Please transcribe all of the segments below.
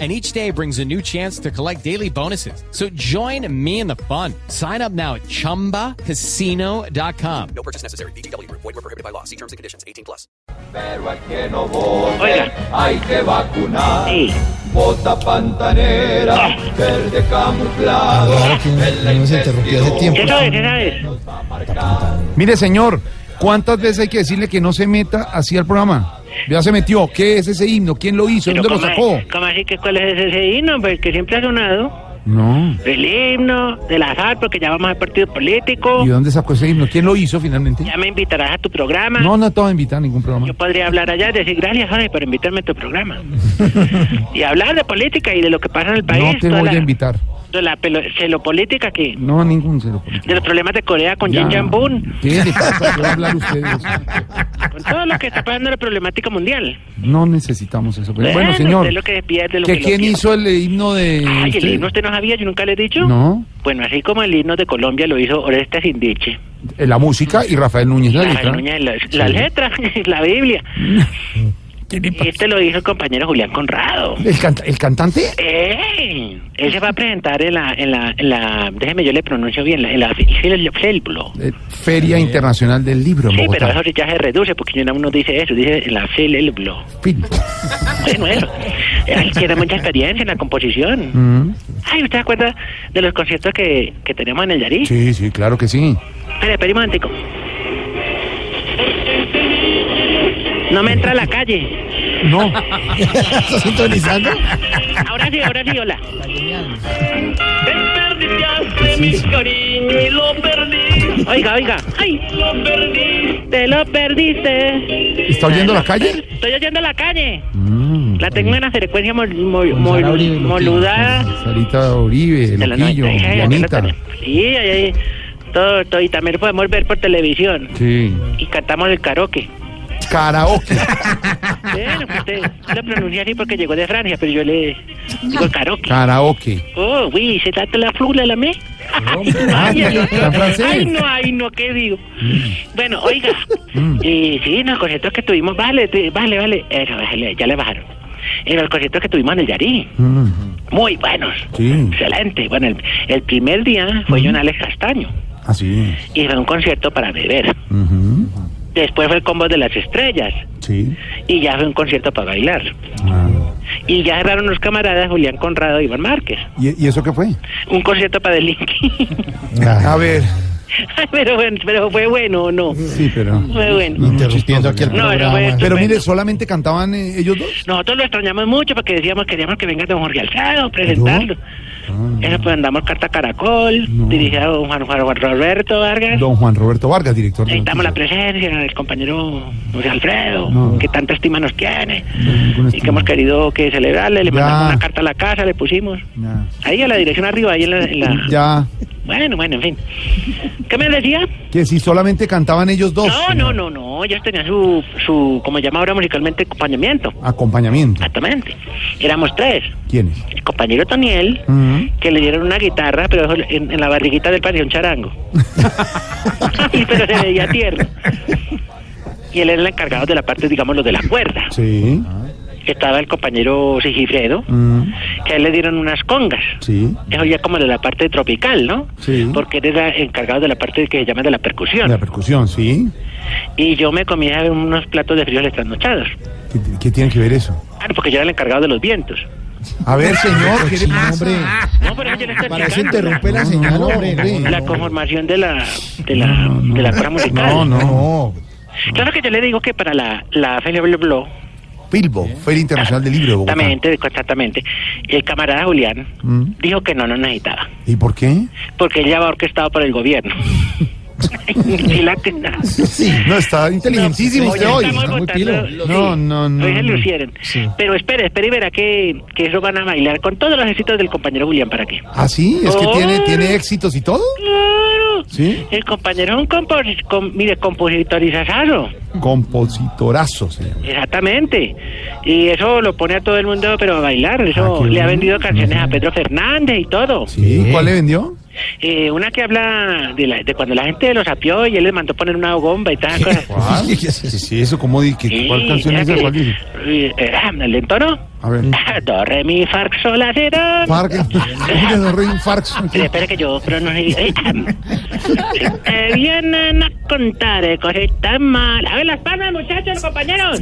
and each day brings a new chance to collect daily bonuses. So join me in the fun. Sign up now at ChumbaCasino.com. No purchase necessary. BGW. Void were prohibited by law. See terms and conditions. 18 plus. Pero hay que no vote, Oiga. hay que vacunar. Sí. Ah. Bota pantanera, verde camuflado. Ahora que en la no nos interrumpió hace incertidumbre tiempo. Eso es, esa es. nos va a marcar. Mire, señor, ¿cuántas veces hay que decirle que no se meta así al programa? Ya se metió. ¿Qué es ese himno? ¿Quién lo hizo? Pero ¿Dónde lo ¿cómo- sacó? ¿Cómo así que cuál es ese himno? Pues que siempre ha sonado. No. El himno del azar, porque ya vamos al partido político. ¿Y dónde sacó ese himno? ¿Quién lo hizo finalmente? Ya me invitarás a tu programa. No, no te va a invitar a ningún programa. Yo podría hablar allá y decir gracias, Jorge, por invitarme a tu programa. y hablar de política y de lo que pasa en el país. No te toda voy la- a invitar. De la pelo- celopolítica que... No, a ningún cero. De los problemas de Corea con Ya. Jin Jong Boon. ¿Qué le pasa? ¿Qué va a hablar ustedes? Con todo lo que está pasando en la problemática mundial. No necesitamos eso. Pero bueno, señor. usted lo que se pierde, lo ¿Que que lo quién pierde. hizo el himno de Ay, el usted? himno usted no sabía, yo nunca le he dicho. No. Bueno, así como el himno de Colombia lo hizo Oresta Sindiche. Eh, La música y Rafael Núñez la La letra. Nuña de las, las letras, la Biblia. Mm. Este lo dijo el compañero Julián Conrado. ¿El, canta- ¿El cantante? ¡Eh! Él se va a presentar en la, en la, en la déjeme yo le pronuncio bien, la- en la fil- fil- Felblo. Eh, Feria Internacional del Libro en Sí, pero Bogotá. eso sí ya se reduce porque ya uno dice eso, dice en la Felblo. Fin. Bueno, eso. Él tiene mucha experiencia en la composición. Mm. Ay, ¿usted se acuerda de los conciertos que, que tenemos en el Yarí? Sí, sí, claro que sí. Espera, esperemos un momentico. No me entra a la calle. No. ¿Estás sintonizando? Ahora sí, ahora sí, hola. Te perdiste mi cariño y lo perdí. Oiga, oiga. Ay, lo perdí. Te lo perdiste. ¿Está oyendo la calle? Estoy oyendo la calle. Mm, La tengo en la frecuencia mol- mol- Con Sara mol- Uribe y Loquillo. moludada. Sarita Uribe, de la Loquillo, 96, acá lo Juanita. tenemos. Sí, ahí, ahí. Todo, todo. Y también lo podemos ver por televisión. Sí. Y cantamos el karaoke. Karaoke. Bueno, pues usted lo pronuncia así porque llegó de Francia, pero yo le digo karaoke. Karaoke. Oh, oui, se trata la flula, la me. Ay, Ah, ay, ay. está en francés. Ay, no, ay, no, ¿qué digo? Bueno, oiga, Mm. eh, sí, en los conciertos que tuvimos, vale, te- vale, vale, eso, vale, ya le bajaron. En los conciertos que tuvimos en el Yarí, Mm, muy buenos, Sí. Mm. excelente. Bueno, el, el primer día fue John Alex Castaño Así es. y fue un concierto para beber. Ujú. Después fue el combo de las estrellas Sí. y ya fue un concierto para bailar. Ah. Y ya cerraron los camaradas Julián Conrado y Iván Márquez. ¿Y, y eso qué fue? Un concierto para delinquir. A ver. Ay, pero, bueno, pero fue bueno, ¿o ¿no? Sí, pero. Fue bueno. Interrumpiendo aquí el No, no, programa. bueno. Pero mire, solamente cantaban eh, ellos dos. Nosotros lo extrañamos mucho porque decíamos queríamos que venga don Jorge Alzado, presentarlo. Eso pues andamos carta caracol, dirigida a don Juan, Juan Juan Roberto Vargas. Ah. Don Juan Roberto Vargas, director. de Necesitamos la noticias. presencia del compañero José Alfredo, No. que tanta estima nos tiene, ninguna y que hemos estima. querido que celebrarle, le Ya. mandamos una carta a la casa, le pusimos. Ahí a la dirección arriba, ahí en la... en la- Ya. Bueno, bueno, en fin. ¿Qué me decía? ya. Que si solamente cantaban ellos dos. No, no, no, no, ellos tenían su, su como llama ahora musicalmente, acompañamiento. Acompañamiento. Exactamente. Éramos tres. ¿Quiénes? Mm. El compañero Toniel, Ujú. que le dieron una guitarra, pero eso en, en la barriguita del pareció un charango. Ay, pero se veía tierno. Y él era el encargado de la parte, digamos, lo de la cuerda. Sí. Estaba el compañero Sigifredo, Mm, que a él le dieron unas congas. Sí. Eso ya como de la parte tropical, ¿no? Sí. Porque él era encargado de la parte que se llama de la percusión. La percusión, sí. Y yo me comía unos platos de frijoles trasnochados. ¿Qué, qué tiene que ver eso? Claro, porque yo era el encargado de los vientos. A ver, señor, ¿qué le Cochino, pasa? hombre. No, pero yo le estoy Para explicando, eso la- interrumpe la señal, hombre. la conformación de la de la de la obra musical. No, no. Claro que yo le digo que para la la Feria Blo Blo, Pilbo, Feria Internacional del Libro de Bogotá. exactamente, exactamente, el camarada Julián Mm. dijo que no nos necesitaba, ¿Y por qué? porque él ya va orquestado por el gobierno. Y la- No, está inteligentísimo Hoy usted hoy. estamos muy votando- pilo. No, no, no. hoy se no. lucieron. Sí. Pero espere, espere y verá que, que eso van a bailar con todos los éxitos del compañero Julián para qué. ¿Ah, sí? ¿Es que tiene, Oh. tiene éxitos y todo? Claro, ¿Sí? El compañero es un compos- com- mire, compositorizazazo. Compositorazo, señor. Exactamente. Y eso lo pone a todo el mundo, pero a bailar. Ah, Eso le ha vendido canciones a Pedro Fernández y todo. ¿Sí? ¿Cuál le vendió? Eh, una que habla de, la- de cuando la gente los apió y él les mandó poner una bomba y tal. cosas. ¿Cuál? Sí, sí, eso, ¿cómo di? ¿Qué- Sí, ¿Cuál canción era es esa? que- ¿Cuál dice? eh, era, ¿Le entono? A ver. Do, re, mi, fa, sol, la, si, do. Parque. Mire, don Rey, un farx. Sí, espera que yo pronuncie. Te Eh, vienen a contar eh, cositas malas. A ver las palmas, muchachos, compañeros.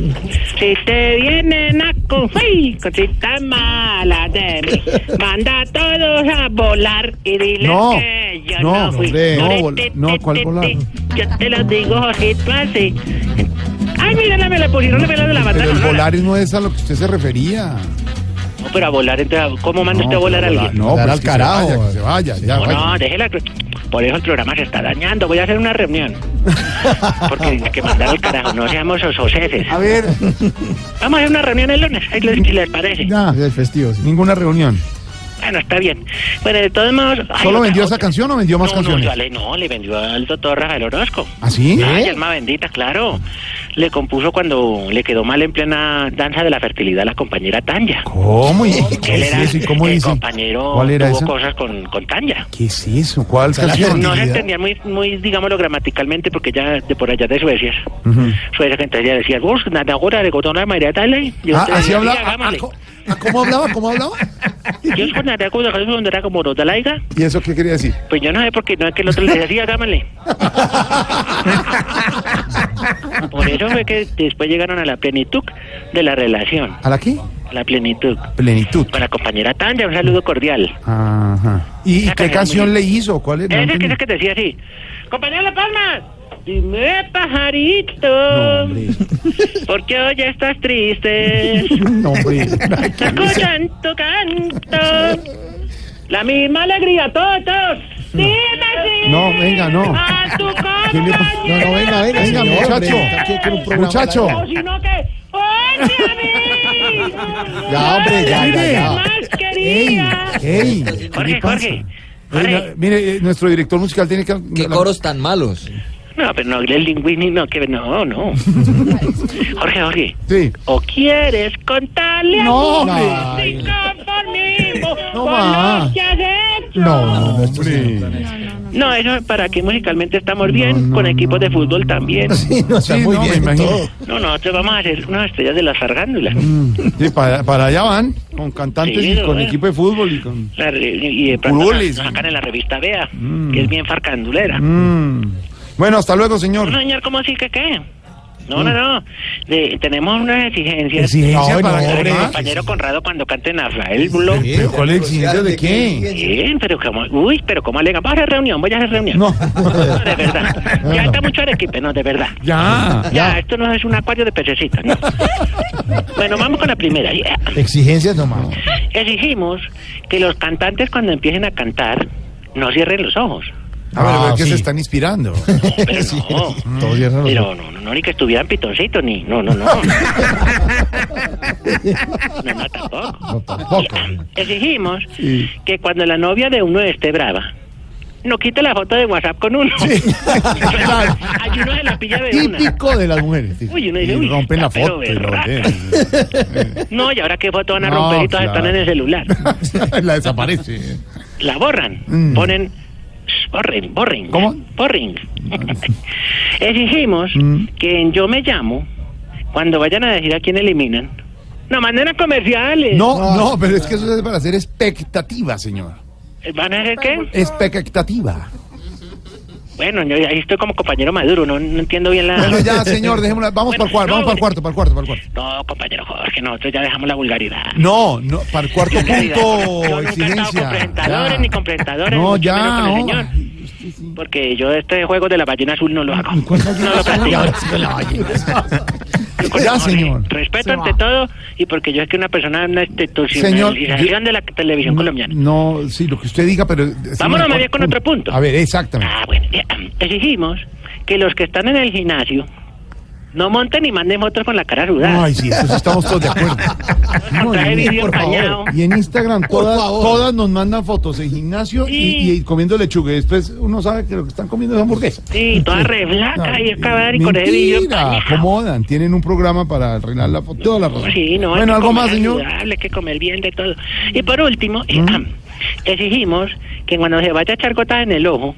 Si te vienen a contar cositas malas de mí, manda a todos a volar y dile No, que yo no, no, fui. hombre, no, Ti, vol- ti, no, ti, ¿cuál ti, volar? ti. Yo te lo digo, Jorgito, así. Ay, mira, me la pusieron, me la de la banda Pero el sonora. Volaris no es a lo que usted se refería. No, pero a volar, entonces, ¿cómo manda usted a volar a alguien? No, Volar pues al que se carajo. vaya, que se vaya, ya, No, vaya. no, Ah, déjela. Por eso el programa se está dañando. Voy a hacer una reunión. Porque hay que mandar al carajo. No seamos soseses. A ver, Vamos a hacer una reunión el lunes. ahí les- Si les parece. ya, Es festivo, sí. ninguna reunión. Bueno, está bien. Bueno, de todos modos. ay, ¿Solo otra- vendió esa otra- canción o vendió No, más no, canciones? yo le- no, le vendió al doctor Rafael Orozco. ¿Ah, sí? Ay, alma bendita, claro. Le compuso cuando le quedó mal en plena danza de la fertilidad la compañera Tanya. ¿Cómo? ¿Y Que ¿Qué él es era eso? ¿Y cómo el dice? compañero ¿Cuál era tuvo esa? cosas con, con Tanya. ¿Qué es eso? ¿Cuál canción? Pues, No se entendía muy, muy, digámoslo, gramaticalmente, porque ya de por allá de Suecia. Ujú. Suecia que entonces ya decía, vos, nada, ahora de Gotona, María Tale. Yo Ah, te- así sí, hablaba. hagámosle. Ah, ah, ¿Cómo hablaba? ¿Cómo hablaba? Yo es con nada, cuando Jesús donde era como Rota Laiga, ¿Y eso qué quería decir? pues yo no sé por qué no es que el otro le decía, sí, hagámosle. Por eso fue que después llegaron a la plenitud de la relación, ¿A la qué? a la plenitud. Plenitud. Para la compañera Tanda, un saludo cordial. Ajá. ¿Y Una qué canción canción muy- le hizo? ¿Cuál era? No Ese que, entendí. ese que decía así, compañero La Palma, dime pajarito, porque hoy estás triste. No, hombre. Escuchan tu canto. La misma alegría, todos. todos. Dime sí. No, venga, no. A tu ¿Qué le pasa? No, no, venga, venga, Venga, señor, muchacho. hombre, está aquí con un programa Muchacho. largo. O si no que. ¡Oye, a mí! Ya, hombre, ya, ya, Nadie ya. Más ¡Ey! quería. ¡Ey! ¿Qué Jorge, le pasa? Jorge. Oiga, Jorge. mire, eh, nuestro director musical tiene que... ¿Qué la- coros tan malos? No, pero no, el lingüini no, que no, no. Jorge, Jorge. Sí. ¿O quieres contarle No, a hombre. mundo sin conformismo No, con ma. lo que has hecho? No, hombre. No, eso para que musicalmente estamos bien, con equipos de fútbol también. Sí, no, está Sí, muy no, me bien. imagino. todo. No, nosotros vamos a hacer unas estrellas de las zargándulas. Mm. Sí, para, para allá van, con cantantes Sí, y con bueno. equipo de fútbol y con... La re- y de pronto nos- Curules. nos sacan en la revista Vea, que es bien farcandulera. Mm. Bueno, hasta luego, señor. No, señor, ¿cómo así que qué? Mm. No, no, no. De- tenemos unas exigencias. ¿Exigencia No, no, para que Para hombre. el regrese? compañero Conrado cuando cante en Rafael Blog. ¿Pero cuál es exigencia de qué? Bien, pero como, uy, pero como alegan, vamos a hacer reunión, voy a hacer reunión. No. de verdad. Ya está mucho Arequipe, no, de verdad. Ya. Ya, esto no es un acuario de pececitas, no. bueno, vamos con la primera. Ya. Exigencias nomás. Exigimos que los cantantes cuando empiecen a cantar no cierren los ojos. A ver, a ver, Ah, ¿qué se sí. están inspirando? Pero no. Todos cierran los Pero no, no, no, ni que estuvieran pitoncitos, ni. No, no, no. no, no, tampoco. No, tampoco. Exigimos que cuando la novia de uno esté brava, no quite la foto de WhatsApp con uno. Hay uno de la pilla de una. Típico de las mujeres. sí. Uy, uno dice, Y uy, rompen la pero foto. y lo berraca. ven. No, y ahora qué foto van a No, romper y todas claro. están en el celular. La Eh, desaparece. La borran. Mm. Ponen. "Shh, Borren, borren. ¿Cómo? Borren. Exigimos Mm. que en Yo Me Llamo, cuando vayan a decir a quién eliminan, no manden a comerciales. No, no, pero es que eso es para hacer expectativa, señor. ¿Van a hacer qué? Expectativa. Bueno, yo ahí estoy como compañero maduro, no, no entiendo bien la. Bueno, ya, señor, dejémosla. Vamos Bueno, para el cuarto, no, vamos para el eh. cuarto, para el cuarto, para el cuarto. No, compañero Jorge, nosotros ya dejamos la vulgaridad. No, no, para el cuarto Vulgaridad. Yo punto, nunca he estado con exigencia. presentadores Ya. ni con presentadores. No, mucho menos ya, con el no. señor. Porque yo este juego de la ballena azul no lo hago. No lo practico. Con- ¿eh? Ya, con- señor. Respeto Se ante va. todo y porque yo es que una persona una institucionalización Señor, yo- Mm, de la televisión colombiana. No, sí, lo que usted diga, pero... eh, decimos Vámonos, el María, con cuarto otro punto. eh, A ver, exactamente. Ah, bueno, ya, exigimos que los que están en el gimnasio No monte ni mande motos con la cara sudada. Ay, sí, eso estamos todos de acuerdo. No, trae vídeo empañado. Y en Instagram todas, todas nos mandan fotos en gimnasio y- Sí. y, comiendo lechuga. Y Después uno sabe que lo que están comiendo es hamburguesa. Sí, toda reblaca y escabada y con ese vídeo Mentira, empañado. acomodan. Tienen un programa para arreglar la foto. Toda la razón. Sí, no, hay bueno, que algo comer más, señor. Mm. saludable, hay que comer bien de todo. Y por último, eh, exigimos que cuando se vaya a echar gotas en el ojo,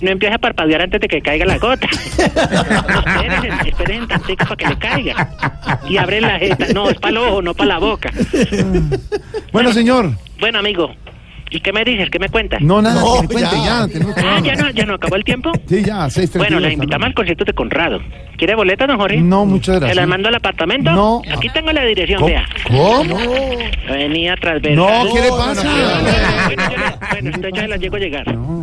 no empiece a parpadear antes de que caiga la gota. esperen, esperen tantito para que le caiga. Y abren la jeta. No, es para el ojo, no para la boca. Bueno, señor. Bueno, amigo, ¿y qué me dices? ¿Qué me cuentas? No, nada, que me ya. cuente, ya. tenemos Ah, programa. ya no, ya no acabó el tiempo. Sí, ya, 6.32. Bueno, la invitamos al concierto de Conrado. ¿Quiere boleta, don Jorge? No, muchas ¿Se gracias. la mando al apartamento? No. Aquí tengo la dirección, ¿Cómo? vea. ¿Cómo? Venía transversal. No, ¿qué le No, no, pasa? no, no, Bueno, yo- bueno, entonces ya la llego a llegar. No.